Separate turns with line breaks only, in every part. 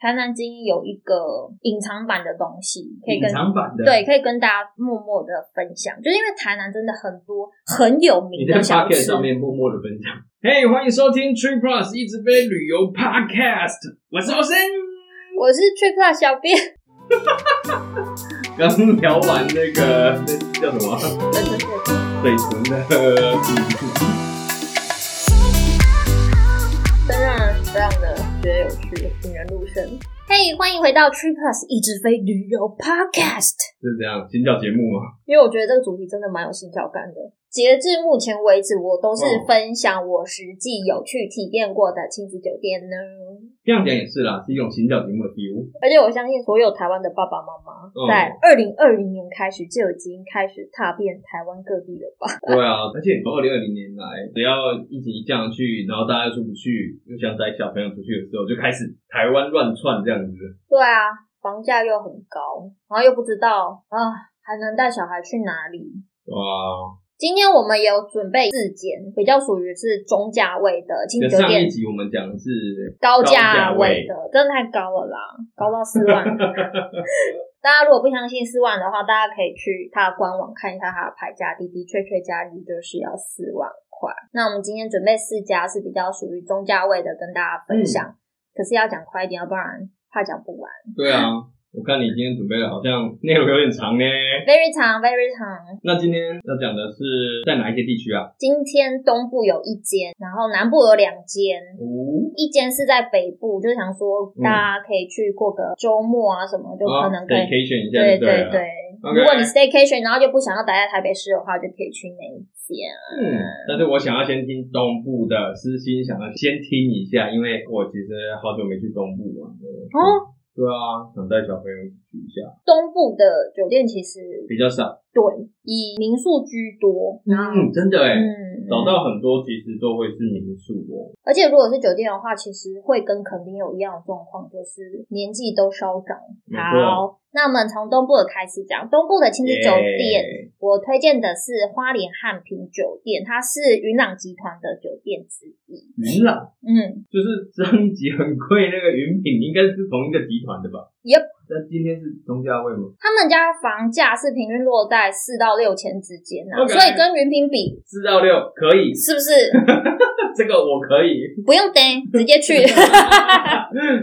台南精英有一个隐藏版的东西，可以跟
隐藏版的，
对，可以跟大家默默的分享，就是因为台南真的很多很有
啊你
名
在
的小
Pocket
吃。
上面默默的分享。嘿、欢迎收听 Tree Plus 一直飞旅游 Podcast，我是欧森。
我是 Trick Club 小编，
刚聊完那个那叫什么
真的是
水豚的故事，
真让人非常的觉得有趣，引人入胜。嘿、欢迎回到 Tree Plus 一直飞旅游 Podcast，
是这样新教节目吗？
因为我觉得这个主题真的蛮有新跳感的。截至目前为止，我都是
嗯
分享我实际有去体验过的亲子酒店呢。
这样讲也是啦，是一种新教节目的 feel。
而且我相信所有台湾的爸爸妈妈
嗯，
在二零二零年开始就已经开始踏遍台湾各地了吧？
对啊，而且从二零二零年来，只要疫情一降下去，然后大家又出不去，又想带小朋友出去的时候，就开始台湾乱窜这样子。
对啊，房价又很高，然后又不知道啊，还能带小孩去哪里？
哇！
今天我们有准备四间比较属于是中价位的亲
那
子酒
上一
店，
集我们讲的是
高
高价
价
位
位的真的太高了 啦，高到四 万。大家如果不相信四万的话，大家可以去它的官网看一下它的牌价，的的确确加入就是要四万块。那我们今天准备四家是比较属于中价位的，跟大家分享。可是要讲快一点，要不然怕讲不完。
对啊，我看你今天准备的好像内容有点长呢。
Very 长，Very 长。
那今天要讲的是在哪一些地区啊？
今天东部有一间，然后南部有两间，
哦，
一间是在北部，就是想说
嗯
大家可以去过个周末啊什么，就可能可以。
vacation 一下
对
就对
对
了。
对
OK
如果你 staycation，然后就不想要待在台北市的话，就可以去那一间。啊
嗯，但是我想要先听东部的，私心想要先听一下，因为我其实好久没去东部玩了。
哦，
对啊，想带小朋友一起去一下，
东部的酒店其实
比较少。
对以民宿居多，然后
嗯，真的哎、
嗯，
找到很多其实都会是民宿哦。
而且如果是酒店的话，其实会跟垦丁有一样的状况，就是年纪都稍长。
没错
好，那我们从东部的开始讲，东部的亲子酒店。
耶
我推荐的是花莲汉品酒店，它是云朗集团的酒店之一。
云朗
嗯，
就是上一集很贵那个云品，应该是同一个集团的吧
Yep
但今天是中价位吗？
他们家房价是平均落在四到六千之间啊
OK
所以跟云品比，
四到六可以，
是不是
这个我可以，
不用等，直接 去？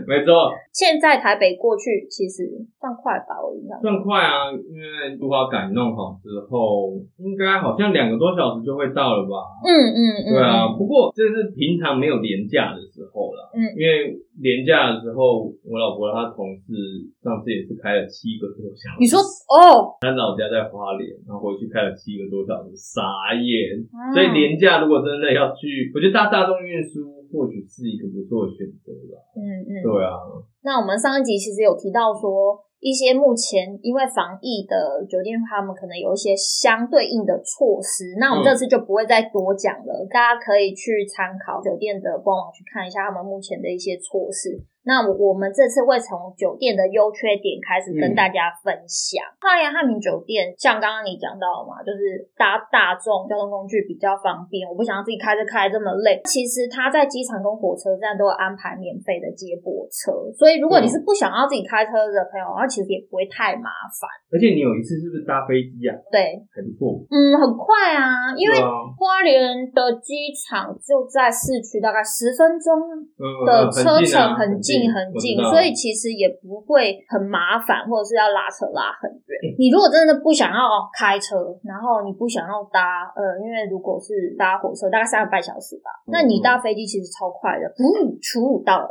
没错，
现在台北过去其实算快吧，我印象中。
算快啊，因为珠花港弄好之后，应该好像两个多小时就会到了吧？
嗯嗯嗯，
对啊，
嗯
不过这是平常没有廉价的时候啦，
嗯
因为廉价的时候，我老婆她同事上次也是开了七个多小时，
你说哦，
她老家在花莲，然后回去开了七个多小时，傻眼。
啊
所以廉价如果真的要去，我觉得搭大众运输或许是一个不错的选择吧。
嗯嗯，
对啊，
那我们上一集其实有提到说，一些目前因为防疫的酒店，他们可能有一些相对应的措施。那我们这次就不会再多讲了，大家可以去参考酒店的官网去看一下他们目前的一些措施。那我我们这次会从酒店的优缺点开始
嗯
跟大家分享。花莲汉品酒店，像刚刚你讲到的嘛，就是搭大众交通工具比较方便，我不想要自己开车开得这么累。其实它在机场跟火车站都有安排免费的接驳车，所以如果
嗯
你是不想要自己开车的朋友，那其实也不会太麻烦。
而且你有一次是不是搭飞机啊？
对，
还不错，
嗯，很快啊，因为
对啊
花莲的机场就在市区，大概十分钟
嗯
的
嗯
车程
很
很近
很
很近，
我知道
所以其实也不会很麻烦，或者是要拉扯拉很
嗯
远。你如果真的不想要开车，然后你不想要搭，呃，因为如果是搭火车，大概三个半小时吧，
嗯
那你搭飞机其实超快的，呜，出到了。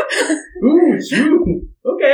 嗯咻，OK。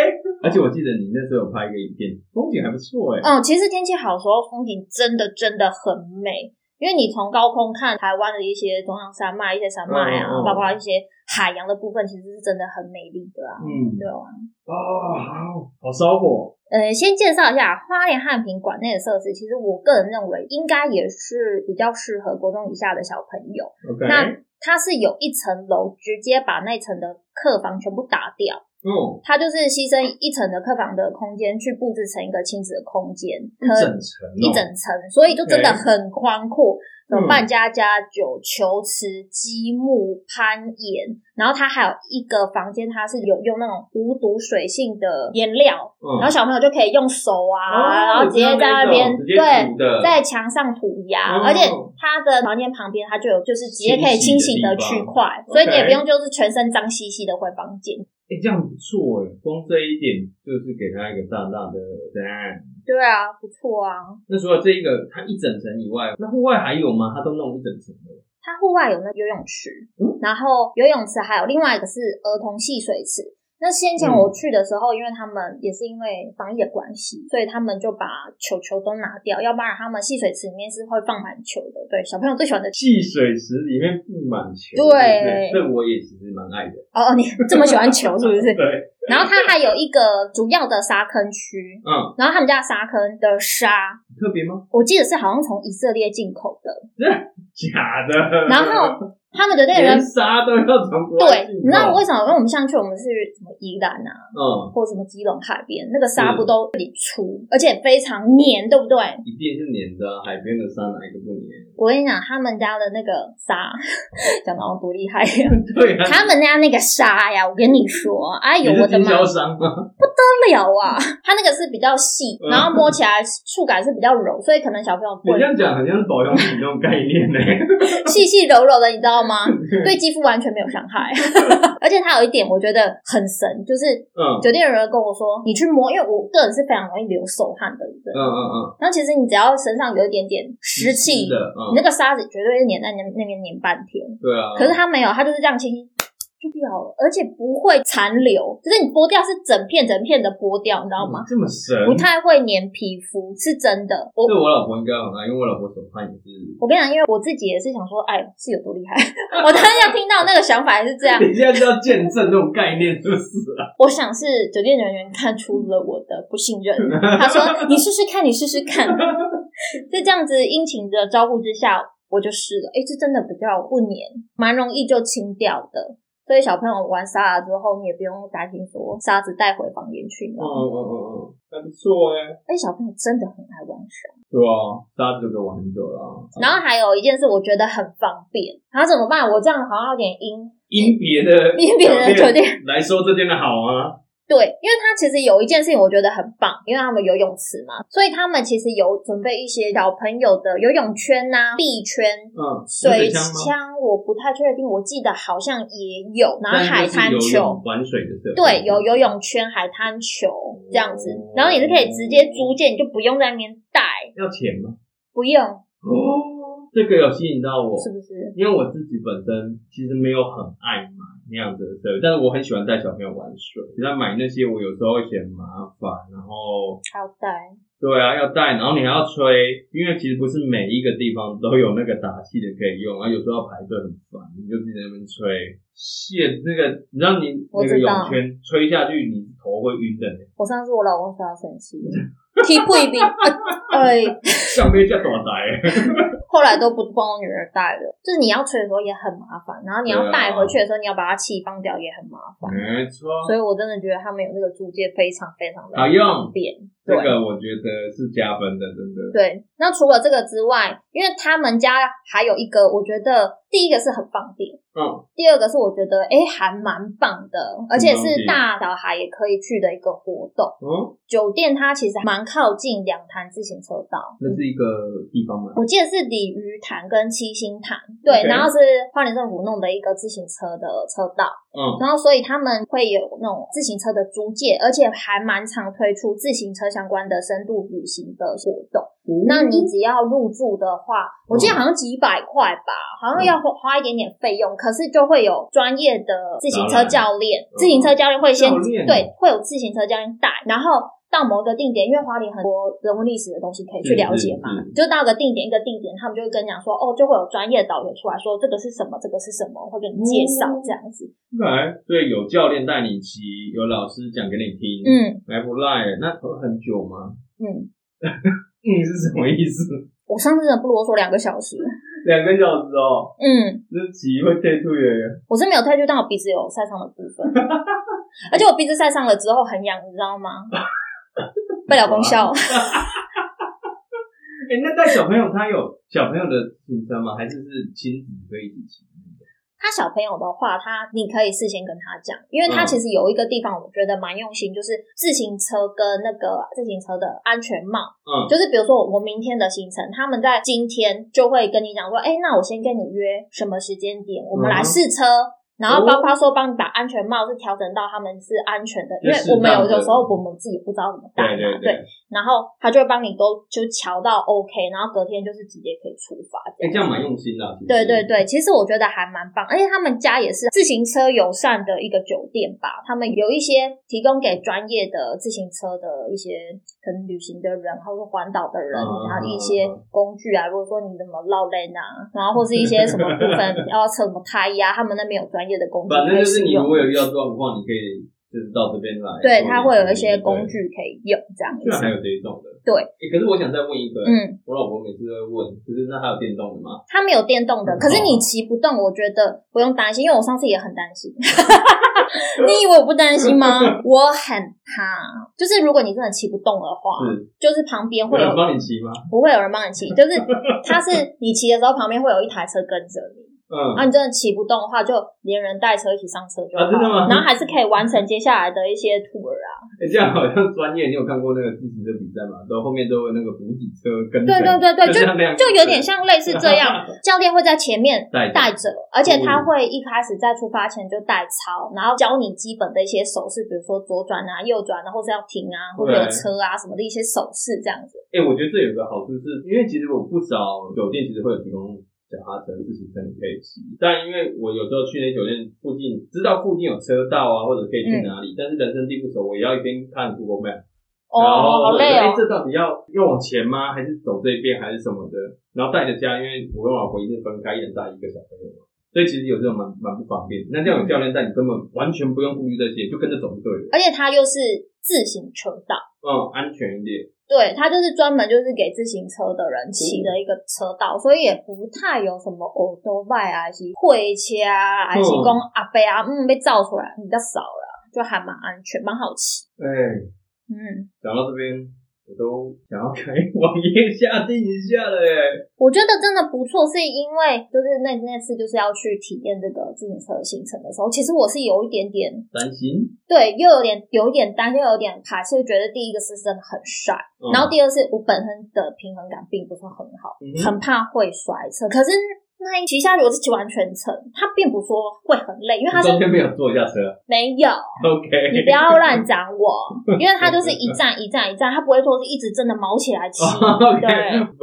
而且我记得你那时候有拍一个影片，风景还不错哎、
嗯，其实天气好的时候，风景真的真的很美。因为你从高空看台湾的一些中央山脉、一些山脉啊，
嗯嗯嗯
包括一些海洋的部分，其实是真的很美丽的啊。
嗯，
对啊，
哦，好，好烧火，
呃，先介绍一下花莲汉品馆内的设施，其实我个人认为应该也是比较适合国中以下的小朋友。
OK，
那它是有一层楼直接把那层的客房全部打掉，
哦，
它就是牺牲一层的客房的空间去布置成一个亲子的空间，
一
可
整层、哦，
一整层，所以就真的
OK
很宽阔。有
嗯
半家家酒、球池、积木、攀岩，然后它还有一个房间，它是有用那种无毒水性的颜料，
嗯，
然后小朋友就可以用手啊，
哦
然后直接在那边
我
对
知道那种直接涂的
在墙上涂鸦，
哦
而且它的房间旁边它就有就是直接可以清洗的区块，所以你也
OK
不用就是全身脏兮兮的回房间。
哎、这样不错哎，光这一点就是给他一个大大的赞。
对啊，不错啊。
那除了这一个，它一整层以外，那户外还有吗？它都弄一整层的，
它户外有那游泳池，
嗯
然后游泳池还有另外一个是儿童戏水池。那先前我去的时候，因为他们也是因为防疫的关系，所以他们就把球球都拿掉，要不然他们戏水池里面是会放满球的。对，小朋友最喜欢的
戏水池里面布满球，
对
对不对这我也其实蛮爱的，
哦哦，你这么喜欢球是不是？
对，
然后它还有一个主要的沙坑区，
嗯，
然后他们家的沙坑的沙，
特 别吗？
我记得是好像从以色列进口的，
假的。
然后他们的那个
连
人。
沙都要从国外
对
进口，
你知道我为什么？因为我们上去，我们是什么宜兰啊，
嗯，
或什么基隆海边，那个沙
是
不都有点粗，而且非常黏，对不对？
一定是黏的啊，海边的沙哪一个不黏？
我跟你讲，他们家的那个沙， 讲到多厉害 呀！
对啊，
他们家那个沙呀，我跟你说，哎呦我
你
的
是经
妈，
销
不
商吗？
得了啊！它那个是比较细，
嗯
然后摸起来触感是比较柔，所以可能小朋友
你
会
这样讲，很像是保养品那种概念呢、 嗯
细细柔柔的，你知道吗？对肌肤完全没有伤 害，而且它有一点我觉得很神，就是
嗯
酒店有人跟我说，你去摸，因为我个人是非常容易流手汗的人
嗯，嗯嗯，
那其实你只要身上有一点点湿气，
是的，嗯
你，那个沙子绝对是粘在那那边粘半天。
对啊。
可是它没有，它就是这样轻轻就掉了，而且不会残留，就是你剥掉是整片整片的剥掉，你知道吗
嗯？这么神，
不太会粘皮肤，是真的。我
对我老婆应该很爱，因为我老婆手汗也是。
我跟你讲，因为我自己也是想说，哎，是有多厉害。 我当下听到那个想法是这样，
你现在是要见证这种概念，是不是 啊？
我想是酒店人员看出了我的不信任，他说：“你试试看，你试试看。” 在这样子殷勤的招呼之下，我就试了。哎、这真的比较不粘，蛮容易就清掉的。所以小朋友玩沙了之后，你也不用担心说沙子带回房间去。
嗯嗯嗯嗯，还不错哎、
哎、小朋友真的很爱玩沙。
对啊，大家就可以玩很久了、啊。
然后还有一件事，我觉得很方便。然后怎么办？我这样好像有点阴。
因别的
因别的酒店
来说，这间的好啊。
对，因为他其实有一件事情我觉得很棒，因为他们游泳池嘛，所以他们其实有准备一些小朋友的游泳圈呐、币圈、
嗯，
水
枪吗？
枪，我不太确定，我记得好像也有，然后海滩
但是就是游泳
球，
玩水的哦设备
对，有游泳圈、海滩球这样子，然后你是可以直接租借，你就不用在那边带，
要钱吗？
不用，
哦，这个有吸引到我，
是不是？
因为我自己本身其实没有很爱买那样子的设备，但是我很喜欢带小朋友玩水。但买那些我有时候会嫌麻烦，然后
还要带，
对啊要带，然后你还要吹，因为其实不是每一个地方都有那个打气的可以用，然后有时候要排队很烦，你就自己在那边吹。线那个，你知道你
我
那
知
个
道
泳圈吹下去，你头会晕的，
我上次我老公说要生气，踢不一定， 哎、
像被叫短 呆。
后来都不帮我女儿带了，就是你要吹的时候也很麻烦，然后你要带回去的时候，你要把它气放掉也很麻烦。
没错，
所以我真的觉得他们有那个租借非常非常的
好啊用
方便。
这
对、
个我觉得是加分的，真的。
对，那除了这个之外，因为他们家还有一个，我觉得第一个是很方便，
嗯，
第二个是我觉得诶还蛮棒的，而且是
很方便
大小孩也可以去的一个活动。
哦，
酒店它其实蛮靠近两潭自行车道，
那是一个地方吗？
我记得是鲤鱼潭跟七星潭，对
OK
然后是花莲政府弄的一个自行车的车道，
嗯，
然后所以他们会有那种自行车的租借，而且还蛮常推出自行车相关的深度旅行的活动。
哦
那你只要入住的话，我
嗯
记得好像几百块吧，好像要花花一点点费用，可是就会有专业的自行车教练，
嗯
自行车教练会先
教练
对，会有自行车教练带，然后。到某个定点，因为花莲很多人文历史的东西可以去了解嘛，
是是
就到个定点一个定点，他们就会跟你讲说，哦，就会有专业导游出来说这个是什么，这个是什么，会给你介
哦
绍这样子。
来，所以有教练带你骑，有老师讲给你听，，
嗯
还不赖。那喝很久吗？
嗯，
嗯，是什么意思？
我上次真的不啰嗦两个小时，
两个小时哦，
嗯，
那骑会退吐耶。
我是没有退去，但我鼻子有晒伤的部分，而且我鼻子晒伤了之后很痒，你知道吗？被老公笑，
哎、那带小朋友他有小朋友的行程吗？还是是亲子可以一起骑？
他小朋友的话，他你可以事先跟他讲，因为他
嗯
其实有一个地方我觉得蛮用心，就是自行车跟那个自行车的安全帽，
嗯，
就是比如说我明天的行程，他们在今天就会跟你讲说，哎、那我先跟你约什么时间点，我们
嗯
来试车。然后
哦
包括说帮你把安全帽是调整到他们是安全的，因为我们有有时候我们自己不知道怎么戴
对
嘛，
对对。
然后他就会帮你都就瞧到 OK，然后隔天就是直接可以出发
哎、
样。
这样蛮用心的、啊。其实
对对，对，其实我觉得还蛮棒，而且他们家也是自行车友善的一个酒店吧。他们有一些提供给专业的自行车的一些可能旅行的人，或是环岛的人，
嗯
然后一些工具啊，如果说你怎么绕链啊，然后或是一些什么部分要测什么胎压、他们那边有专业的工具
反
可
正
以
就
使
是你如
用。
果有遇到状况，你可以就是到这边来。
对，
他
它会有一些工。具可以用，这样
居然还
子。
有这一种的。
对
诶可是我想再问一个、
嗯，
我老婆每次都会问，就是那还有电动的吗？
他们有电动
嗯
的，可是
哦
你骑不动，我觉得不用担心，因为我上次也很担 心。你以为我不担心吗？我很怕，就是如果你真的骑不动的话，
是，
就是旁边
有
会
人
有
帮你骑吗？
不会有人帮你骑，就是它 是你骑的时候旁边会有一台车跟着你，
嗯，
然后你真的骑不动的话，就连人带车一起上车就好，
啊真的吗
然后还是可以完成接下来的一些 tour 啊。
诶哎这样好像专业。你有看过那个自行车比赛吗？都后面都有那个补给车跟
对对对对，就
像那样
就有点像类似这 样，教练会在前面
带着
带着，而且他会一开始在出发前就带操，然后教你基本的一些手势，比如说左转啊、右转啊，或是要停啊，或者有车啊什么的一些手势这样子。
哎、我觉得这有个好处是，因为其实我不少酒店其实会有提供脚踏车、自行车你可以骑，但因为我有时候去那些酒店附近，知道附近有车道啊，或者可
嗯
以去哪里，但是人生地不熟，我也要一边看 Google Map，
哦，
然后
好累哦。
哎、这到底要要往前吗？还是走这边还是什么的？然后带着家，因为我跟我老婆一定分开，一人带一个小朋友嘛。所以其实有这种蛮蛮不方便的，那这样有教练带，你根本完全不用顾虑这些，就跟着走就对了。
而且它又是自行车道，
嗯，安全一点。
对，它就是专门就是给自行车的人骑的一个车道，所以也不太有什么欧多拜啊，还是会车啊，还是
嗯
讲阿伯啊，嗯，被照出来比较少了，就还蛮安全，蛮好骑，
哎、
嗯。
讲到这边，我都想要开网页下定一下了耶。
我觉得真的不错，是因为就是那那次就是要去体验这个自行车行程的时候，其实我是有一点点
担心，
对，又有点有一点担心，又有点怕，是觉得第一个是真的很帅，
嗯
然后第二是我本身的平衡感并不是很好，
嗯哼
很怕会摔车。可是那一骑下去我是骑完全程，它并不说会很累，因为它
你
是
中间没有坐一下车
没有，
，OK？
你不要乱讲我，因为它就是一站一站一站，它不会说是一直真的毛起 来骑，对。
哦 OK，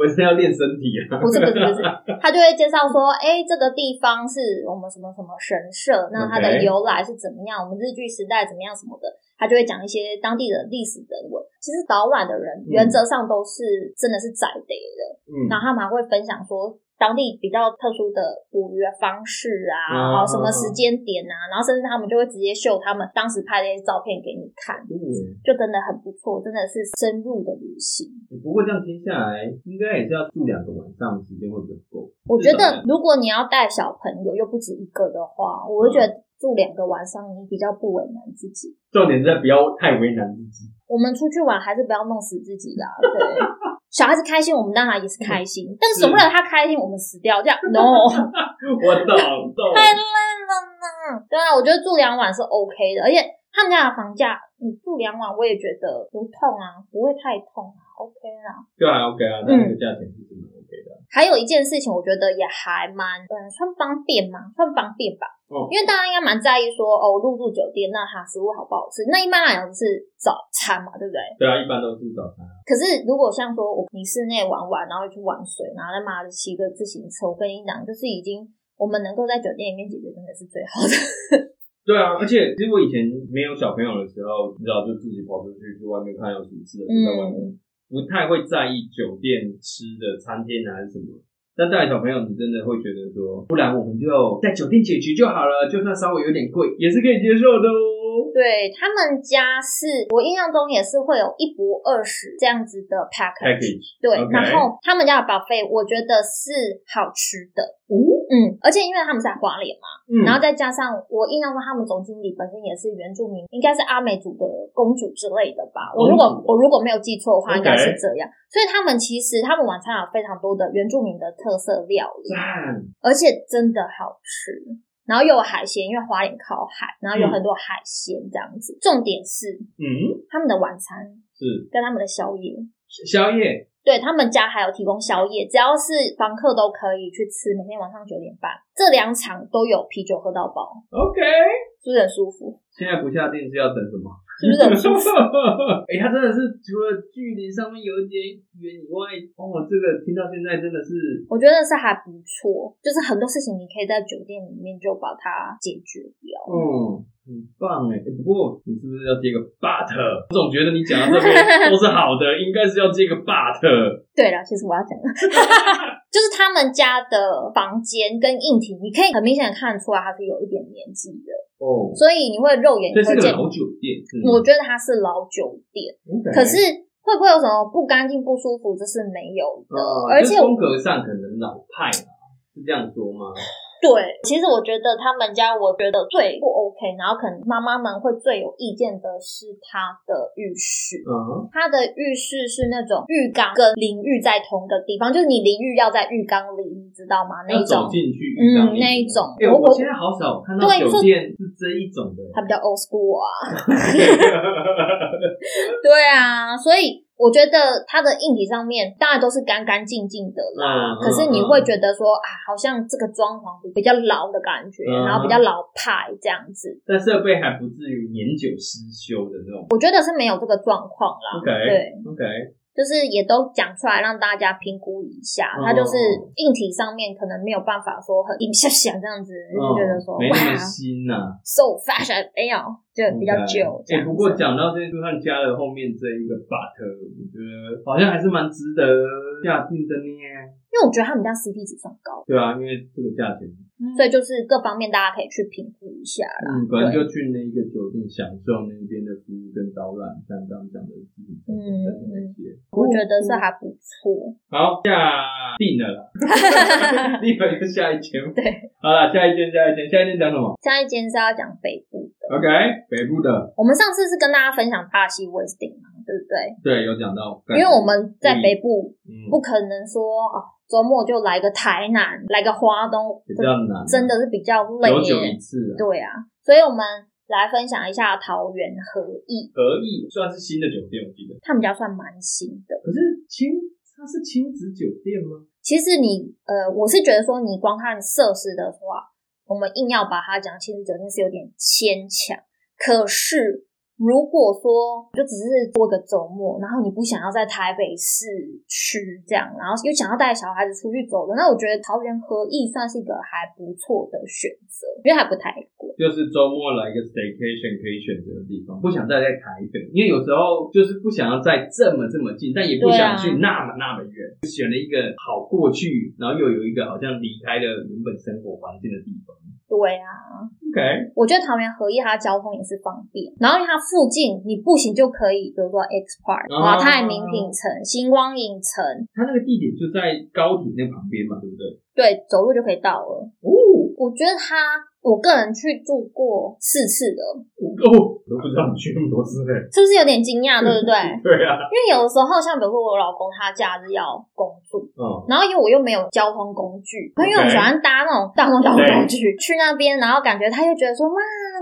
我 是要练身体 啊。
不是不是不是，他就会介绍说，哎、这个地方是我们什么什么神社，那它的
OK
由来是怎么样，我们日据时代怎么样什么的，他就会讲一些当地的历史人文。其实导览的人原则上都是真的是宅得的，
嗯，
然后他们还会分享说。当地比较特殊的捕鱼的方式啊，然
啊
后什么时间点啊，
嗯
然后甚至他们就会直接秀他们当时拍的一些照片给你看，
嗯
就真的很不错，真的是深入的旅行。
不过这样听下来，应该也是要住两个晚上，时间会比较够。
我觉
至少
得，如果你要带小朋友又不止一个的话，我会觉得住两个晚上你比较不为难自己。
重点是在不要太为难自己。
我们出去玩还是不要弄死自己啦。对，小孩子开心，我们当然也是开心，但是总不能他开心我们死掉这样。No，
我懂懂。
太累了呢。对啊，我觉得住两晚是 OK 的，而且他们家的房价，你住两晚我也觉得不痛啊，不会太痛啊，OK 啦。
对啊，OK 啊，那
嗯
这个价钱其实蛮 OK 的。啊
还有一件事情，我觉得也还蛮，呃，算方便嘛，算方便吧。
哦
因为大家应该蛮在意说，哦，入住酒店那它食物好不好吃？那一般来讲是早餐嘛，对不对？
对啊，一般都是早餐。
可是如果像说我你室内玩玩，然后去玩水，然后再妈的骑个自行车，我跟你讲，就是已经我们能够在酒店里面解决，真的是最好的。
对啊，而且其实我以前没有小朋友的时候，你知道，就自己跑出去去外面看有什么吃的，就在外面，不太会在意酒店吃的餐厅啊还是什么。但带小朋友，你真的会觉得 说，不然我们就在酒店解决就好了，就算稍微有点贵，也是可以接受的哦。
对对他们家是我印象中也是会有一博二十这样子的 package，
package
对
OK
然后他们家的 buffet 我觉得是好吃的，
哦，
嗯，而且因为他们是在花莲嘛，
嗯，
然后再加上我印象中他们总经理本身也是原住民，应该是阿美族的公主之类的吧，我如
哦公
果
主
我如果没有记错的话，
OK
应该是这样，所以他们其实他们晚餐有非常多的原住民的特色料理，
赞，
而且真的好吃。然后又有海鲜，因为花莲靠海，然后有很多海鲜这样子。重点是
嗯，
他们的晚餐
是
跟他们的宵夜，
宵夜，
对他们家还有提供宵夜，只要是房客都可以去吃。每天晚上九点半，这两场都有啤酒喝到饱，
OK，
是不是很舒服？
现在不下定是要等什么？
是不是很舒服？
哎、它真的是除了距离上面有一点远以外，哦，这个听到现在真的是
我觉得是还不错，就是很多事情你可以在酒店里面就把它解决掉。
嗯，很棒哎、欸不过你是不是要接个 but？我总觉得你讲到这边都是好的，应该是要接个 but。
对了，其实我要讲 的，就是他们家的房间跟硬体，你可以很明显的看得出来，它是有一点年纪的，
哦，
所以你会肉眼
这是
可
个
见。
老酒店，嗯是吗
我觉得它是老酒店，
OK
可是会不会有什么不干净、不舒服？这是没有的，而
呃
且
就风格上可能老派嘛，是这样说吗？
对，其实我觉得他们家，我觉得最不 OK，然后可能妈妈们会最有意见的是它的浴室。
嗯，
它的浴室是那种浴缸跟淋浴在同个地方，就是你淋浴要在浴缸里，你知道吗？那
要
一种
走进去，
嗯
这样子
那一种
哎、
我
我现在好少看到
对
酒
说
店是这一种的。
它比较 old school 啊。对啊，所以我觉得它的硬体上面当然都是干干净净的啦，
嗯
可是你会觉得说啊，好像这个装潢比比较老的感觉，
嗯
然后比较老派这样子，
但设备还不至于年久失修的那种。
我觉得是没有这个状况啦。
OK
对，
OK，
就是也都讲出来让大家评估一下，
哦
它就是硬体上面可能没有办法说很一下下这样子，就觉得说
嗯
哇
没那么新呐、
so fashion 没有，就比较久这样
哎、
子。
不过讲到这就算加了后面这一个 but，我觉得好像还是蛮值得下定的呢。
因为我觉得他们家 CP 值算高，
对啊，因为这个价钱，
所以就是各方面大家可以去评估一下啦。
嗯，反正就去那个酒店享受那边的服务跟导览，像刚刚讲的事情等
嗯
等等那些。
我觉得是还不错。
好，下定 了啦， 立马就下一间。
对，
好了，下一间，下一间，下一间讲什么
下一间是要讲北部的，
？OK，北部的，
我们上次是跟大家分享巴西威斯汀嘛，对不对？
对，有讲到，
因为我们在北部
嗯
不可能说啊，周末就来个台南，来个花东，
比较难，
真的是比较累
久久一
耶。
次、啊。
对啊，所以我们来分享一下桃园和义，
和义算是新的酒店，我记得。
他们家算蛮新的。
可是亲，它是亲子酒店吗？
其实你呃，我是觉得说，你光看设施的话，我们硬要把它讲亲子酒店是有点牵强。可是如果说就只是多个周末，然后你不想要在台北市区这样，然后又想要带小孩子出去走的，那我觉得桃园和义算是一个还不错的选择，因为还不太贵。
就是周末来一个 staycation 可以选择的地方，不想再在台北，因为有时候就是不想要再这么这么近，但也不
对啊
想去那么那么远，选了一个好过去，然后又有一个好像离开了原本生活环境的地方。
对啊，
OK，
我觉得桃园和义它的交通也是方便，然后因为它附近你步行就可以，比如说 X Park、
哦
华泰名品城、星光影城，
它那个地点就在高铁那旁边嘛，对不对？
对，走路就可以到了。
哦，
我觉得它，我个人去住过四次的，
我哦，我都不知道你去那么多次嘞。
是不是有点惊讶，对不对？因
对啊，
为有的时候，像比如说我老公他假日要工作，
嗯，
然后因为我又没有交通工具，因为我
OK
喜欢搭那种大众交通工具去那边，然后感觉他又觉得说哇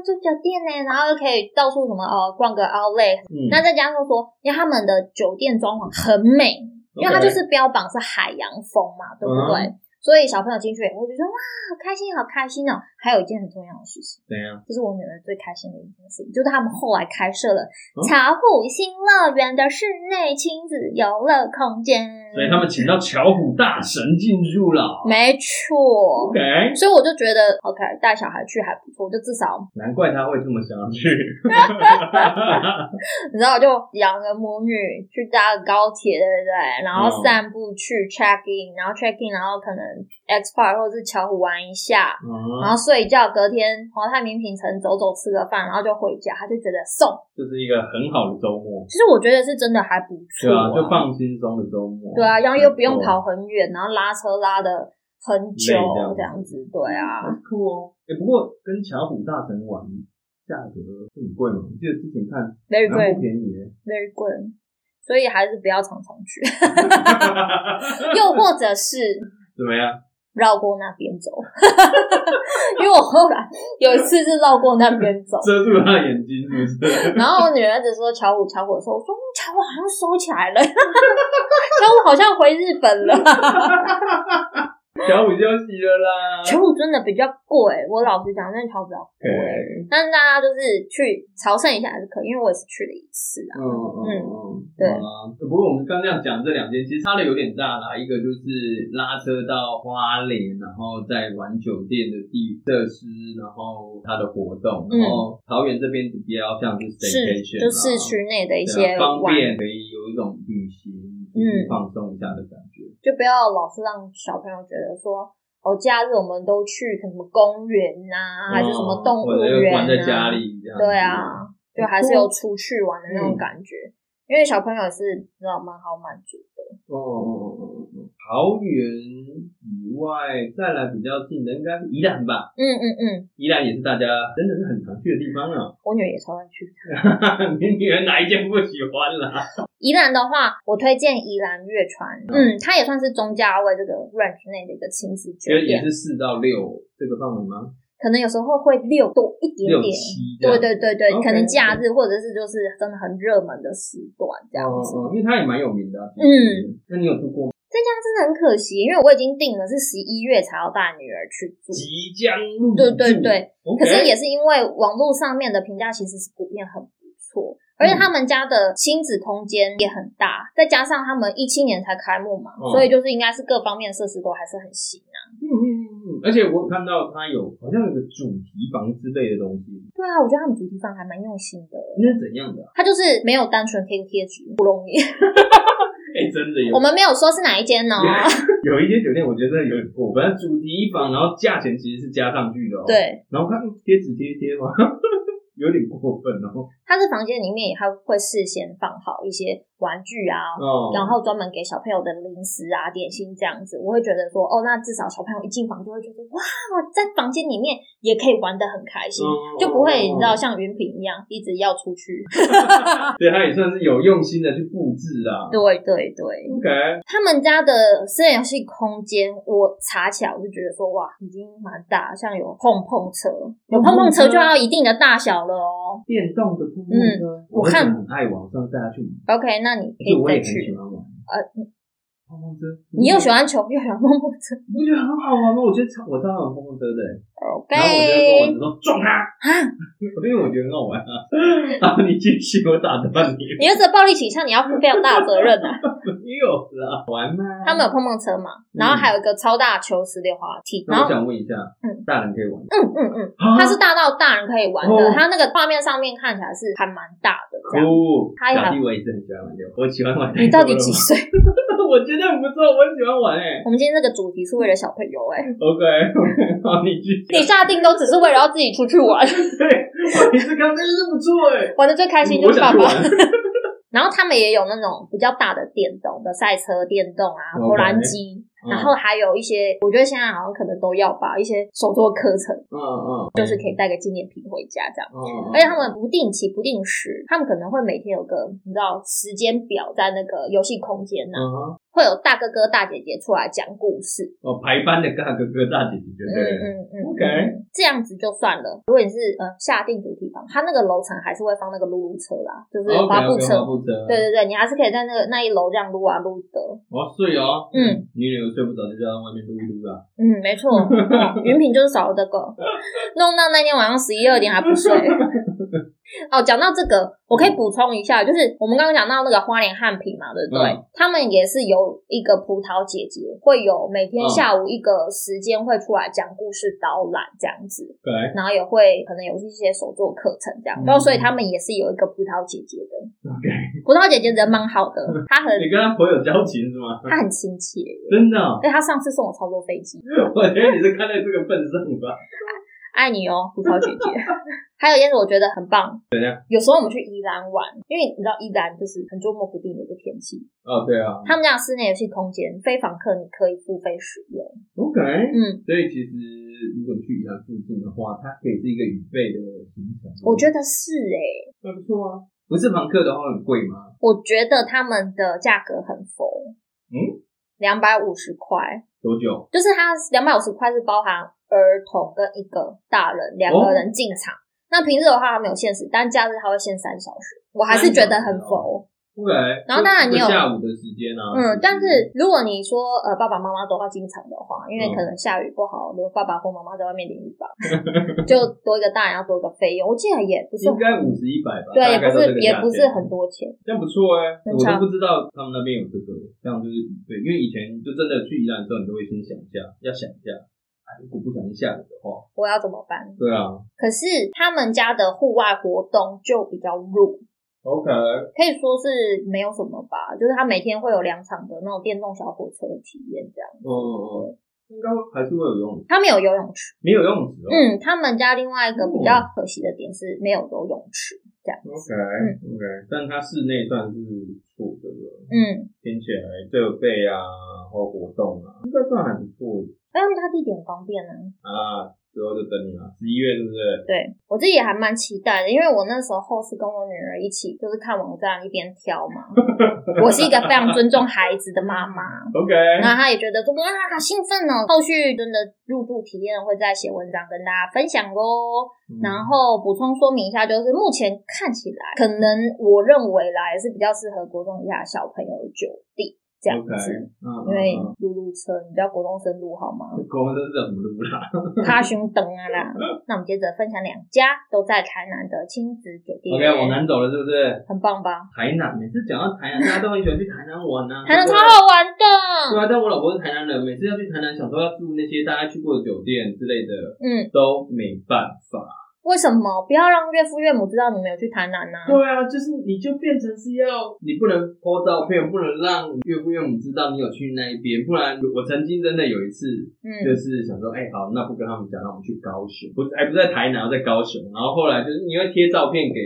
住酒店呢，然后又可以到处什么哦逛个 outlet，、
嗯
那再加上说，因为他们的酒店装潢很美，因为它就
OK 嗯
是标榜是海洋风嘛，对不对？所以小朋友进去也会觉得哇，好开心，好开心哦！还有一件很重要的事情，
怎样？
这是我女儿最开心的一件事情，就是他们后来开设了
嗯
巧虎新乐园的室内亲子游乐空间。
所以他们请到巧虎大神进入了。
没错
OK，
所以我就觉得 OK，带小孩去还不错，就至少
难怪他会这么想要 去。
你知道，就两个母女去搭个高铁，对不对？然后
嗯
散步去 check in，然后 check in，然后可能 Xpark 或者是巧虎玩一下，然
嗯，
后睡一觉，隔天黄泰名品城走走吃个饭，然后就回家，他就觉得送。
就是一个很好的周末，
其实我觉得是真的还不错、
对啊，就放轻松的周末，
对啊，然后又不用
没错
跑很远，然后拉车拉的很久
累这样子
这样子，对啊，
很酷哦。哎、不过跟巧虎大神玩，价格会很贵吗？我记得之前看，
，very
蛮不
good
便宜耶。
very good，所以还是不要常常去， 又或者是
怎么样？
绕过那边走， 因为我后来有一次是绕过那边 走，
遮住他的眼睛是 不是？
然后我女儿只说巧虎巧虎的时候，我说嗯巧虎好像收起来了， 巧虎好像回日本了，
巧虎休息了啦。
巧虎真的比较贵，我老实讲，真的巧虎比较贵，
对，
但是大家就是去朝圣一下还是可以，因为我也是去了一次啊，
嗯嗯嗯，
对
啊。不过我们刚这样讲这两间，其实差的有点大啦。一个就是拉车到花莲，然后再玩酒店的地设施，然后它的活动，
嗯
然后桃园这边比较像是
市
staycation，啦
就市区内的一
对
些
啊方
玩，嗯
便，可以有一种旅行，就是放松一下的感觉。
就不要老是让小朋友觉得说。哦，假日我们都去可能什么公园呐、啊还是什么动物
哦或者又
园
关
啊？
在家里这样子。
对啊，就还是有出去玩的那
嗯
种感觉，因为小朋友也是你知道蛮好满足的。
哦哦哦哦哦哦，桃园以外，再来比较近的应该是宜兰吧。
嗯嗯嗯，
宜兰也是大家真的是很常去的地方啊。
我女儿也超爱去。
你女儿哪一件不喜欢啦？
宜兰的话，我推荐宜兰月船，
嗯
嗯，它也算是中价位这个 range 内的一个亲子酒
觉得也
店，
是四到六这个范围吗？
可能有时候会六多一点
六
点。
七
对
这样。
对对对
OK，
可能假日或者是就是真的很热门的时段这样
哦
子。
哦，因为它也蛮有名的、啊。
嗯，
那你有住过
这家真的很可惜，因为我已经订了是十一月才要带女儿去住。
即将入住？
对对对，可
OK。
是也是因为网络上面的评价其实是普遍很不错，而
嗯
且他们家的亲子空间也很大，再加上他们一七年才开幕嘛，
嗯
所以就是应该是各方面设施都还是很新啊。
嗯嗯嗯嗯，而且我有看到它有好像有个主题房之类的东西，
对啊，我觉得他们主题房还蛮用心的欸，
那是怎样的、啊？
它就是没有单纯贴个贴纸糊弄你。
哎、真的有
我们没有说是哪一间哦，
有一些酒店我觉得真的有点破，反正主题房，然后价钱其实是加上去的哦。，
对，
然后看嗯贴纸贴一贴嘛， 有点过分哦。
它是房间里面也还会事先放好一些玩具啊，
哦，
然后专门给小朋友的零食啊、点心这样子，我会觉得说，哦，那至少小朋友一进房就会觉得，哇，在房间里面也可以玩得很开心，
嗯
就不会你知道像云品一样一直要出去。
对，他也算是有用心的去布置啦。
对对对，
OK，
他们家的私人游戏空间，我查起来我就觉得说，哇，已经蛮大，像有碰碰车，有碰碰车就要一定的大小了哦。
电动的瀑布车，
嗯我
儿子
看
很爱玩，我上次带他去玩，
OK，那你可
可是
以
我也
再
很喜
去。
欢玩。
呃，你
碰碰车，
你又喜欢球，又喜欢碰碰车。
你不觉得很好玩吗？我觉得超我超爱玩碰碰车的、欸，
OK，
然后我就跟我儿子说撞他，
啊
因为我觉得很好玩啊。然后你继续，我打断你。
你儿子的暴力倾向，你要负非常大的责任啊。
没有啦，玩吗？
他们有碰碰车嘛，然后还有一个超大球池溜滑梯，然
嗯那我
后
想问一下，
嗯
大人可以玩吗？啊
嗯嗯嗯，
它
它是大到大人可以玩
哦
的，它那个画面上面看起来是还蛮大的这样。
酷，
它也
小
好
弟我也是很喜欢玩这个，我喜欢玩。
你到底 几？岁？
我觉得很不错，我很喜欢玩欸诶。
我们今天这个主题是为了小朋友哎、
OK，好，你继续。
你下定都只是为了要自己出去玩，
对，哇你这刚真的是不错诶。
玩的最开心就
嗯我
是爸
想去
爸
玩。。
然后他们也有那种比较大的电动的赛车电动啊，
OK
投篮机，
嗯
然后还有一些，我觉得现在好像可能都要吧，一些手作课程，
嗯嗯，
就是可以带个纪念品回家这样。
嗯
而且他们不定期、不定时，他们可能会每天有个你知道时间表在那个游戏空间呢、
嗯哼
会有大哥哥、大姐姐出来讲故事。
哦，排班的大哥哥大姐姐，对
嗯嗯
不
嗯
对？OK
嗯这样子就算了。如果你是呃下定主题房，它那个楼层还是会放那个撸撸车啦，就是滑步
哦 OK，OK，
车。
滑步车，
对，对对，你还是可以在那个那一楼这样撸啊撸的。
我要睡哦。
嗯，
你女儿睡不着，就叫她外面撸一撸啦。
嗯，没错， 哦云品就是少了这个，弄到那天晚上十一二点还不 睡。哦，讲到这个，我
嗯
可以补充一下，就是我们刚刚讲到那个花莲汉品嘛，对不对？
嗯
他们也是有一个葡萄姐姐，会有每
嗯
天下午一个时间会出来讲故事导览这样子，
对，
然后也会可能有一些手作课程这样，
嗯
然后所以他们也是有一个葡萄姐姐的。
OK，
葡萄姐姐人蛮好的，她很
你跟他颇有交情是吗？
她很亲切耶，
真的哦、
对她上次送我超多飞机，
我觉得你是看在这个份上吧。
爱你哦，葡萄姐 姐。还有一件事我觉得很棒，
怎样？
有时候我们去宜兰玩，因为你知道宜兰就是很捉摸不定的一个天气，
哦，对啊
他们家的室内游戏空间，非房客你可以付费使用。
，OK。
嗯，
所以其实如果你去宜兰附近的话，它可以是一个雨备的行程。
我觉得
得
是诶、
还不错啊。不是房客的话很贵吗？
我觉得他们的价格很佛，
嗯，
两百五十块，
多久？
就是它两百五十块是包含儿童跟一个大人两个人进场。那平日的话它没有限时，但假日它会限三小时，我还是觉得很佛。
OK。
然后当然你有
就下午的时间啊。
嗯，但是如果你说呃爸爸妈妈都要进场的话，因
嗯
为可能下雨不好，留爸爸或妈妈在外面淋雨吧， 就多一个大人要多一个费用，我记得也不是
应该五十一百吧？
对，也
大
不
概都这
是
个
也
价
不
钱
是
嗯
很多钱，
这样不错哎、
很
我
长
都不知道他们那边有这个，欸这样就是对，因为以前就真的去宜兰之后，你就会先想一下，要想一下，啊、如果不小心下雨的话，
我要怎么办？
对啊
可是他们家的户外活动就比较弱，
，OK，嗯
可以说是没有什么吧，就是他每天会有两场的那种电动小火车的体验这样。
嗯嗯嗯，应该会还是会有游泳池，
他们有游泳池，
没有游泳池哦、
嗯，他们家另外一个比较可惜的点是没有游泳池这样
o
子，
k OK，但它室内算是不错的了，
嗯，
听起来设备啊，然后活动啊，应该算还不错
哎，他们家地点方便呢、
啊。之后就等你了，十一月是不是？
对我自己也还蛮期待的，因为我那时候是跟我女儿一起，就是看网站一边挑嘛。 我是一个非常尊重孩子的妈妈，
OK，
然后她也觉得说哇，好兴奋哦！后续真的入住体验会再写文章跟大家分享哦。
嗯
然后补充说明一下，就是目前看起来，可能我认为啦，也是比较适合国中以下的小朋友的酒地这样
OK，
子。
嗯，
因为
嗯
路路车，你知道国中生路好吗？
嗯国文真是怎么录啦？
他熊等啊啦。那我们接着分享两家都在台南的亲子酒店
OK，往南走了是不是？
很棒吧？
台南，每次讲到台南，大家都很喜欢去台南玩呐、啊。
台南
对
超
不对
好玩
对
的，
啊，但我老婆是台南人，每次要去台南，想说要住那些大家去过的酒店之类的，
嗯，
都没办法。
为什么不要让岳父岳母知道你们有去台南呢、
对啊，就是你就变成是要你不能 po 照片，不能让岳父岳母知道你有去那一边，不然我曾经真的有一次，就
嗯，
是想说，哎、好，那不跟他们讲，那我们去高雄，不是，哎，不是在台南，在高雄。然后后来就是你会贴照片给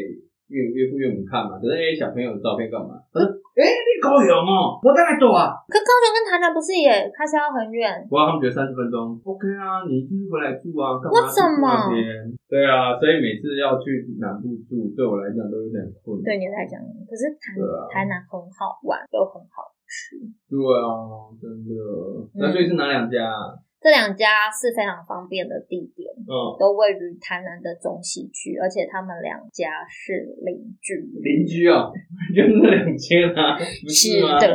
岳岳父岳母看嘛，就是哎、小朋友的照片干嘛？他说，哎、你高雄哦，我在那住啊。
可高雄跟台南不是也开销很远？
不过他们觉得三十分钟 OK 啊，你就是回来住啊，干
为
嘛
什么
去住那边？对啊，所以每次要去南部住，对我来讲都有点困难。
对你来讲，可是台、
对啊
台南很好玩又很好吃，
对啊，真的。那所以是哪两家啊？
这两家是非常方便的地点，
嗯，
都位于台南的中西区，而且他们两家是邻居。
邻居啊，就是那两间啊，不吗？
的，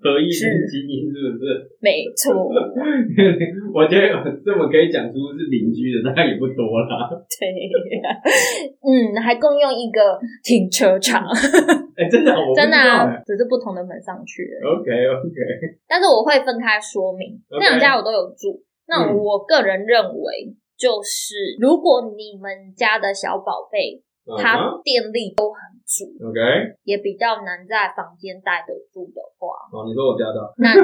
合意
是
是基因是不是？
没错，
我觉得有这么可以讲出是邻居的，大概也不多啦。
对， 嗯，还共用一个停车场，
哎、真的，我不知道
真的、
哎
啊，只是不同的门上去而已。
OK OK，
但是我会分开说明，这
OK
两家我都有住。那
嗯
我个人认为，就是如果你们家的小宝贝
嗯
他电力都很足，
哼 OK，
也比较难在房间待得住的话，
好，你说我家的，啊
那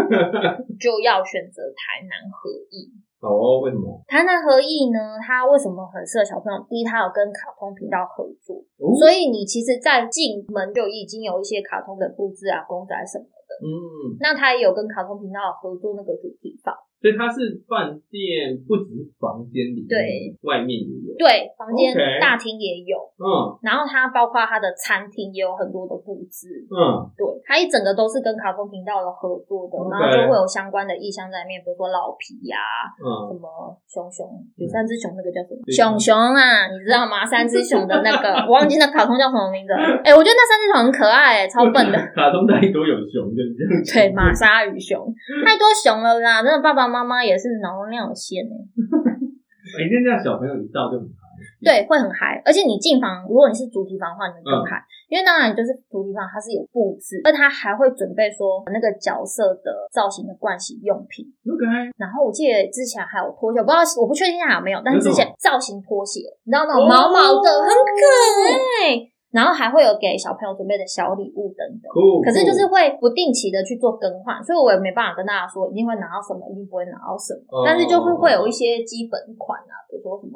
就要选择台南合一。
好哦，为什么？
台南合一呢，它为什么很适合小朋友？第一，它有跟卡通频道合作，
哦
所以你其实，在进门就已经有一些卡通的布置啊、公仔什么的。
嗯，
那它也有跟卡通频道合作那个主题房，
所以它是饭店，不只是房间里面，
对，
外面也有。
对，房间
OK
大厅也有，
嗯
然后它包括它的餐厅也有很多的布置，
嗯
对，它一整个都是跟卡通频道有合作的，
OK
然后就会有相关的意象在里面，比如说老皮呀、什
嗯，
么熊熊，有三只熊，那个叫什么？
对
熊熊啊，你知道 吗？三只熊的那个，我忘记那卡通叫什么名字 了。哎、我觉得那三只熊很可爱、超笨 的。
卡通太多有熊，就是这样。
对，玛莎与 熊，太多熊了啦！真的，爸爸妈妈也是脑容量有限哎、
每哎天这样小朋友一到就很嗨。嗯
对，会很嗨。而且你进房，如果你是主题房的话，你会更嗨，因为当然就是主题房它是有布置，而它还会准备说那个角色的造型的盥洗用品。
OK，
然后我记得之前还有拖鞋，我不知道我不确定还有没有，但是之前造型拖鞋，你知道那种
哦
毛毛的，很可爱。然后还会有给小朋友准备的小礼物等等。
酷。
可是就是会不定期的去做更换，所以我也没办法跟大家说一定会拿到什么，一定不会拿到什么。
哦
但是就会会有一些基本款啊，比如说什么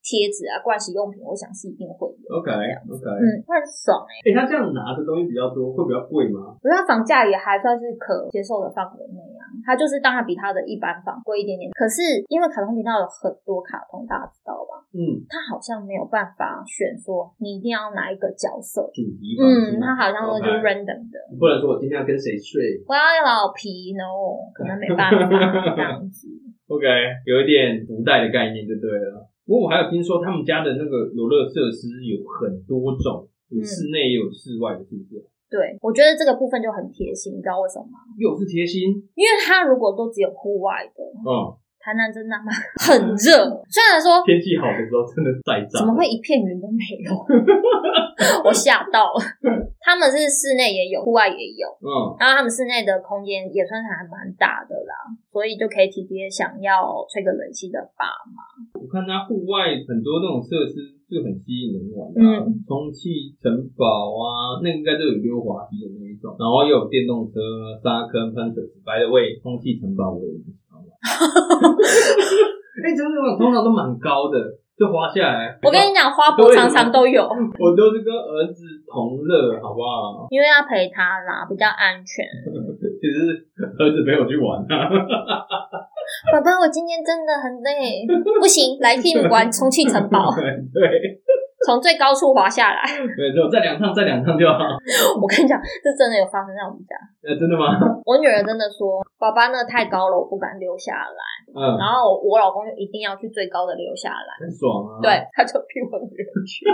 贴纸啊、盥洗用品，我想是一定会有。
OK OK，
嗯，会很爽哎、
哎，他这样拿的东西比较多，会比较贵吗？
我觉得它房价也还算是可接受的范围内啊。它就是当然比它的一般房贵一点点，可是因为卡通频道有很多卡通，大家知道吧？
嗯，
它好像没有办法选说你一定要哪一个角色。
主题房是
嗯，
吗
它好像说就是
OK
random 的。
你不能说我今天要跟谁睡
我要老皮，no，可能没办法这样子。
，OK，有一点福袋的概念就对了。不过我还有听说他们家的那个游乐设施有很多种，有
嗯
室内也有室外的，是不是？
对，我觉得这个部分就很贴心，你知道为什么吗？
又是贴心，
因为它如果都只有户外的，
嗯，
台南真的吗 很热，虽然说
天气好的时候真的晒炸，
怎么会一片云都没有， 我吓到了。他们是室内也有，户外也有，
嗯，
然后他们室内的空间也算是还蛮大的啦，所以就可以体贴想要吹个冷气的爸妈。
我看它户外很多那种设施就很吸引人玩的、啊，
嗯
充气城堡啊，那个应该都有溜滑梯的那一种，然后又有电动车、沙坑、喷水池。by the way，充气城堡我也蛮喜欢玩。 哎、欸，就是那种通常都蛮高的，就滑下来。
我跟你讲，花博常常都有，
我都是跟儿子同乐，好不好？
因为要陪他啦，比较安全。
其实儿子陪我去玩啊，
爸爸，我今天真的很累，不行，来 team 玩充气城堡，
对，
从最高处滑下来。
对，就再两趟，再两趟就好。
我跟你讲，这真的有发生在我们家。
呃，真的吗？
我女儿真的说，爸爸那个太高了，我不敢溜下来。
嗯，
然后我老公就一定要去最高的溜下来，
很爽啊。
对， 他就逼我女儿去。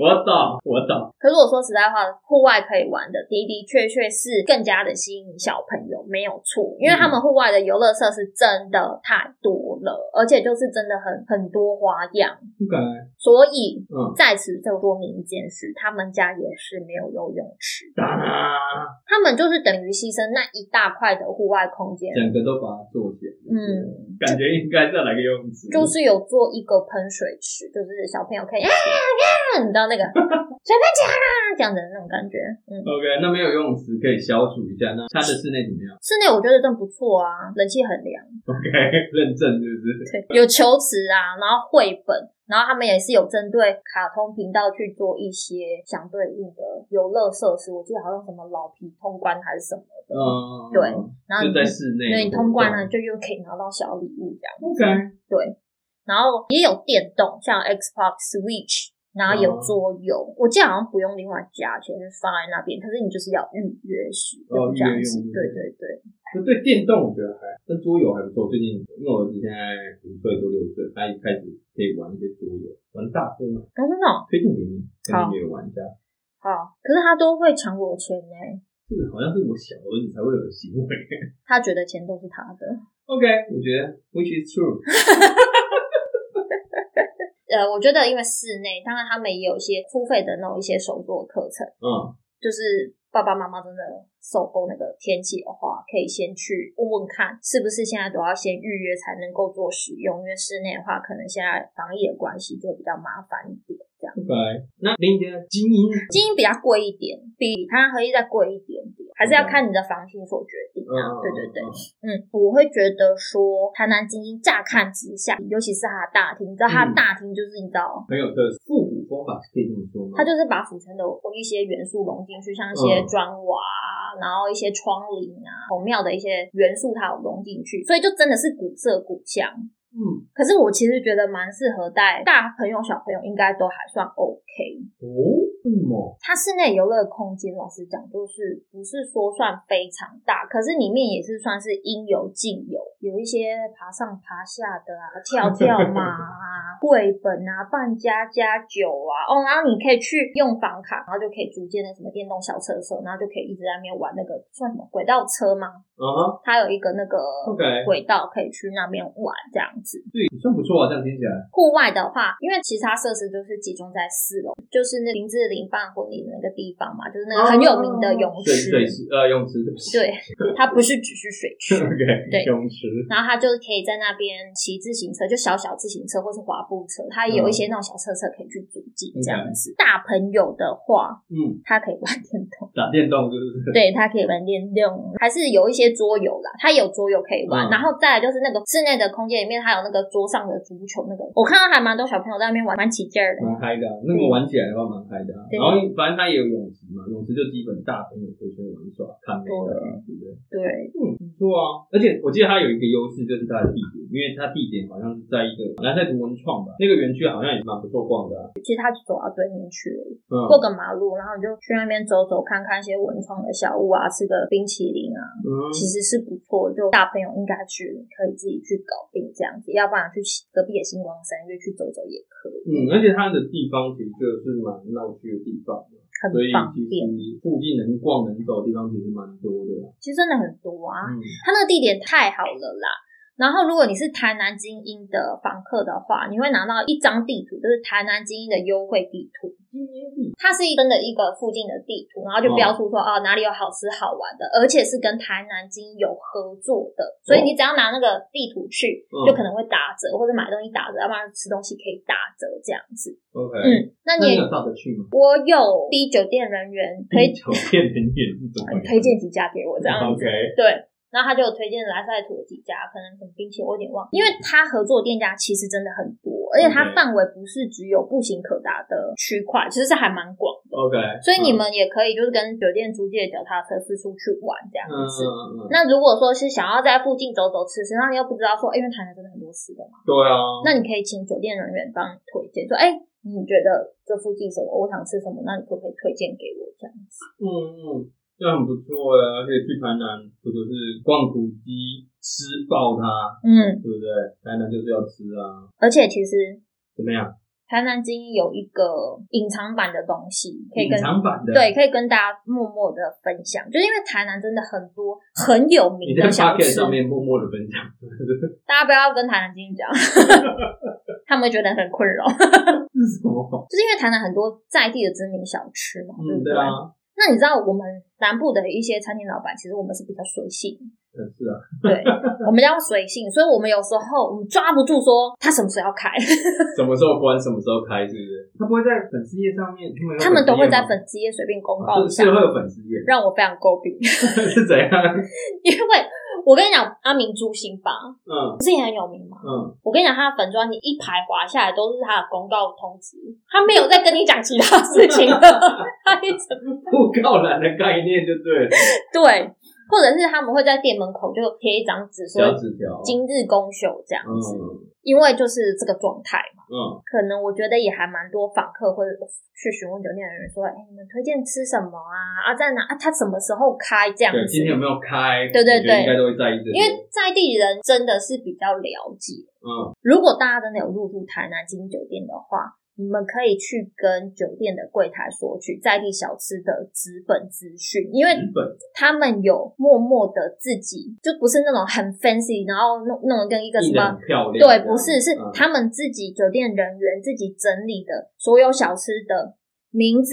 我懂，我懂。
可是我说实在话，户外可以玩的的的确确是更加的吸引小朋友，没有错，因为他们户外的游乐设施真的太多了，而且就是真的很很多花样，
不啊敢，
所以
嗯，
在此再说明一件事，他们家也是没有游泳池，
哒啦，
他们就是等于牺牲那一大块的户外空间，
整个都把它做起来。
嗯，
感觉应该是要来个游泳池。
就是有做一个喷水池，就是小朋友可以啊啊，你知道那 个水喷起来啦这样的那种感觉，嗯。
OK，那没有游泳池可以消暑一下，那它的室内怎么 样
室内我觉得真不错啊，冷气很凉，
？OK，认证是不是？
对，有球池啊，然后绘本，然后他们也是有针对卡通频道去做一些相对应的游乐设施，我记得好像什么老皮通关还是什么的，
嗯，
对然后
就
你
在室内。
所以你通关了，。就又可以拿到小礼物这样。
OK，
对，然后也有电动，像 Xbox、Switch，然后
哦
有桌游。我记得好像不用另外加钱，就是放在那边。可是你就是要预约使
哦
用这样子。
预约用
对对对，
就对电动我觉得还，跟桌游还不错。最近因为我儿子现在五岁多六岁，他一开始可以玩一些桌游，玩大富翁，啊
然后真的哦
推荐给你，
好
跟你也玩一下。
好，可是他都会抢我钱呢。
这个好像是我小儿子才会有的行为。
他觉得钱都是他的。
OK，我觉得 which is true。
呃，我觉得因为室内，当然他们也有一些付费的那种一些手作课程，
嗯。
就是爸爸妈妈真的受够那个天气的话，可以先去问问看，是不是现在都要先预约才能够做使用，因为室内的话，可能现在防疫的关系就比较麻烦一点，这样。
对，那林杰的精英，
精英比较贵一点，比它合一再贵一点点，还是要看你的房型所决
哦
定
嗯
啊。对对对，嗯，我会觉得说台南精英乍看之下，尤其是它的大厅，你知道它的大厅就是你知道
很有特色，复古风吧，可以这么说吗？
它就是把府城的一些元素融进去，像一些
嗯
砖瓦啊，然后一些窗棂啊，孔庙的一些元素它有融进去，所以就真的是古色古香。
嗯，
可是我其实觉得蛮适合带大朋友、小朋友，应该都还算 OK。
哦，为什么？
它室内游乐空间，老实讲，就是不是说算非常大，可是里面也是算是应有尽有，有一些爬上爬下的啊，跳跳马啊，绘本啊，扮家家酒啊，哦，然后你可以去用房卡，然后就可以逐渐的什么电动小车车，然后就可以一直在那边玩那个算什么轨道车吗？
啊哈，
它有一个那个
OK
轨道可以去那边玩这样子。
对，算不错啊，这样听起来，
户外的话，因为其他设施就是集中在四楼，就是那林志玲营办婚礼的那个地方嘛，就是那个很有名的泳
水
池。
水池呃泳池对不起
对，它不是只是水池，
，OK
对
泳池
然后他就可以在那边骑自行车，就小小自行车或是滑步车，他也有一些那种小车车可以去租借这样子。大朋友的话，
嗯
他可以玩电动，
打电动就是
对他可以玩电动，还是有一些桌游啦，他也有桌游可以玩。
嗯
然后再来就是那个室内的空间里面，还有那个桌上的足球那个，我看到还蛮多小朋友在那边玩，蛮起劲儿的。
蛮嗨的啊、那个
对
玩起来的话蛮嗨的啊、
对
然后反正它也有泳池嘛，泳池就基本大朋友可以去玩耍、看美的啊，对不对？
对，
嗯，不错啊。而且我记得它有一个优势就是它的地点，因为它地点好像是在一个南在读文创吧，那个园区好像也蛮不错逛的、啊。
其实他就走到对面去而已，
嗯，
过个马路，然后你就去那边走走，看看一些文创的小物啊，吃个冰淇淋啊，
嗯
其实是不错，就大朋友应该去可以自己去搞定这样子，要不然去隔壁的星光三月去走走也可以，
嗯，而且它的地方其实就是蛮闹区的地方，
很
所以
方
其
便。
实附近能逛能走的地方其实蛮多的啊、
其实真的很多啊，
嗯，
它那个地点太好了啦。然后，如果你是台南精英的房客的话，你会拿到一张地图，就是台南精英的优惠地图。
今天地
它是一真的一个附近的地图，然后就标出说哦哪里有好吃好玩的，而且是跟台南精英有合作的，所以你只要拿那个地图去，
嗯
就可能会打折，或者买东西打折，要不然吃东西可以打折这样子。
OK，、
嗯，那
那嗯
你也
你有照着去吗？
我有逼酒店人员推
酒店景点是怎么样
推荐几家给我这样子，
OK，
对。然后他就有推荐莱赛图的几家，可能什么冰淇淋我有点忘，因为
嗯
他合作店家其实真的很多，而且它
OK
范围不是只有步行可达的区块，其实是还蛮广的。
OK，嗯
所以你们也可以就是跟酒店租借脚踏车四处去玩这样
嗯嗯
子。
嗯，嗯
那如果说是想要在附近走走吃吃，那你又不知道说，哎因为台南真的很多吃的嘛。
对啊，
那你可以请酒店人员帮你推荐，说，哎、你觉得这附近什么，我想吃什么，那你可不可以推荐给我这样子？
嗯嗯，这样很不错呀，而且去台南不就是逛古迹吃爆它，
嗯，
对不对？台南就是要吃啊，
而且其实
怎么样？
台南精英有一个隐藏版的东西，可以跟
隐藏版的，
对，，可以跟大家默默的分享，就是因为台南真的很多很有
你
名
在
的小
Pocket
吃，
上面默默的分享，
大家不要跟台南精英 讲，他们会觉得很困扰，就
这是什么？
是因为台南很多在地的知名小吃嘛，对
嗯，
不
对
对？
啊，
那你知道我们南部的一些餐厅老板，其实我们是比较随性的。
嗯是啊，
对，我们要随性，所以我们有时候我们抓不住说他什么时候要开，
什么时候关，什么时候开，是不是？他不会在粉丝页上面，有
他们都会
丝页
在
吗
粉丝页随便公告
啊
一
是
下
是，会有粉丝页，
让我非常诟病，
是怎样？
因为我跟你讲，阿明诛心吧，
嗯
不是也很有名吗？
嗯，
我跟你讲，他的粉砖你一排滑下来都是他的公告通知，他没有在跟你讲其他事情的， 他一直
不告栏的概念就对了，
对，或者是他们会在店门口就贴一张纸
小
说
纸条，
今日公休这样
嗯
子，因为就是这个状态嘛。
嗯
可能我觉得也还蛮多访客会去询问酒店的人说：“哎、你们推荐吃什么啊？啊，在哪？啊，他什么时候开？这样
对，
子
今天，有没有开？
对对
我觉得
对
应该都会在意这些。
因为在地人真的是比较了解。
嗯，
如果大家真的有入住台南金酒店的话，你们可以去跟酒店的柜台索取在地小吃的资本资讯，因为
日本
他们有默默的自己，就不是那种很 fancy，然后弄弄得跟一个什
印
么
得很漂亮，
对，不是，是
嗯
他们自己酒店人员自己整理的所有小吃的名字、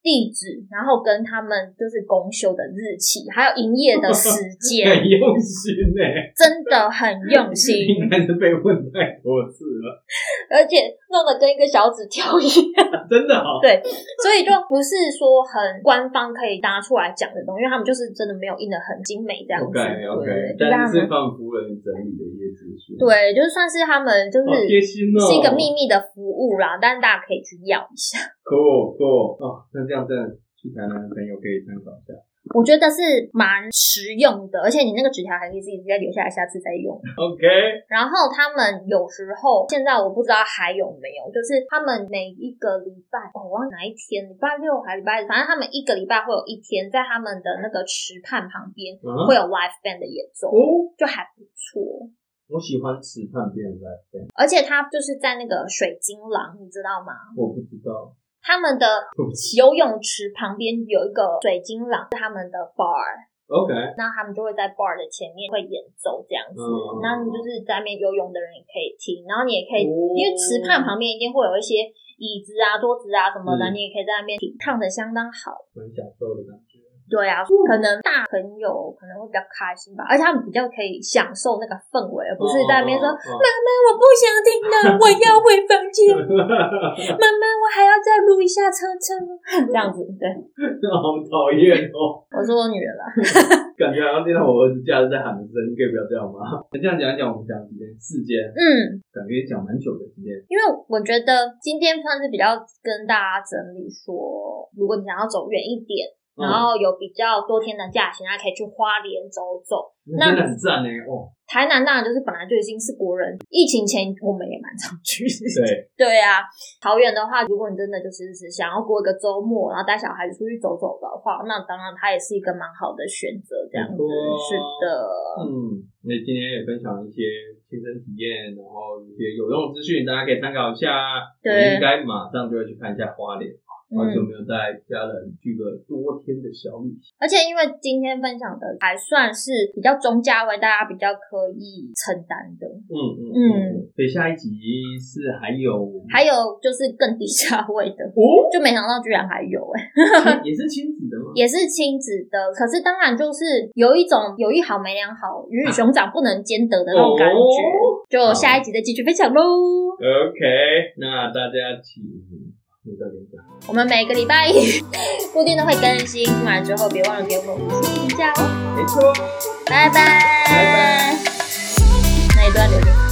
地址，然后跟他们就是公休的日期，还有营业的时 间，
很用心呢，
真的很用 心，
应该是被问太多次了，
而且弄得跟一个小纸条一样，
真的哦好。
对，所以就不是说很官方可以拿出来讲的东西，因为他们就是真的没有印的很精美这样子
OK
对
OK，
就是他
但是是
们
放夫人整理的一些资讯，，
对，就算是他们就是。
好贴心哦，
是一个秘密的服务啦，但是大家可以去要一下。
，cool cool 哦，那这样真的去台南的朋友可以参考一下。
我觉得是蛮实用的，而且你那个纸条还可以自己再留下来，下次再用。
OK，
然后他们有时候，现在我不知道还有没有，就是他们每一个礼拜，哦我忘了哪一天，礼拜六还是礼拜日，反正他们一个礼拜会有一天，在他们的那个池畔旁边
嗯
会有 live band 的演奏，
哦，
就还不错。
我喜欢吃饭变来变，
而且他就是在那个水晶廊，你知道吗？
我不知道，
他们的
对不起。
游泳池旁边有一个水晶廊，是他们的 bar。
OK，
那他们就会在 bar 的前面会演奏这样子，
嗯
那你就是在那边游泳的人也可以听，然后你也可以，
哦
因为池畔旁边一定会有一些椅子啊、桌子啊什么的，
是
你也可以在那边品烫的相当好。
很享受的感觉。
对
嗯
啊，可能大朋友可能会比较开心吧，而且他们比较可以享受那个氛围，而不是在那边说：“
哦
妈妈，我不想听 了，我要回房 间。妈妈，我还要再撸一下车车。” 这样子，对，
好讨厌哦，
我是我女儿啦。
感觉好像听到我儿子假日在喊声，你可以不要这样吗？这样讲一讲，我们讲几件事件，
嗯，
感觉也讲蛮久的今天。
因为我觉得今天算是比较跟大家整理说，如果你想要走远一点，
嗯
然后有比较多天的假期，那可以去花莲走走。
那真的很赞呢，哦，
台南当然就是本来就已经是国人，疫情前我们也蛮常去。
对，
对啊，桃园的话，如果你真的就是只想要过一个周末，然后带小孩子出去走走的话，那当然它也是一个蛮好的选择。这样子
没错啊
是的，
嗯，那今天也分享一些亲身体验，然后一些有用资讯，大家可以参考一下。
对
我应该马上就会去看一下花莲，好
嗯，
久没有带家人去个多天的小旅行。
而且因为今天分享的还算是比较中价位，大家比较可以承担的。
嗯嗯
嗯
嗯，所以下一集是还有
还有就是更低价位的，
哦，
就没想到居然还有哎、欸
亲也是亲子的 吗？
也是亲子的。可是当然就是有一种有一好没两好，鱼与熊掌不能兼得的那种感觉。
哦
就下一集再继续分享喽。
OK，那大家请那个人讲，
我们每个礼拜一固定都会更新，听完之后别忘了给我们五星评价哦。
没错。
拜拜。
拜拜
那一段留给你。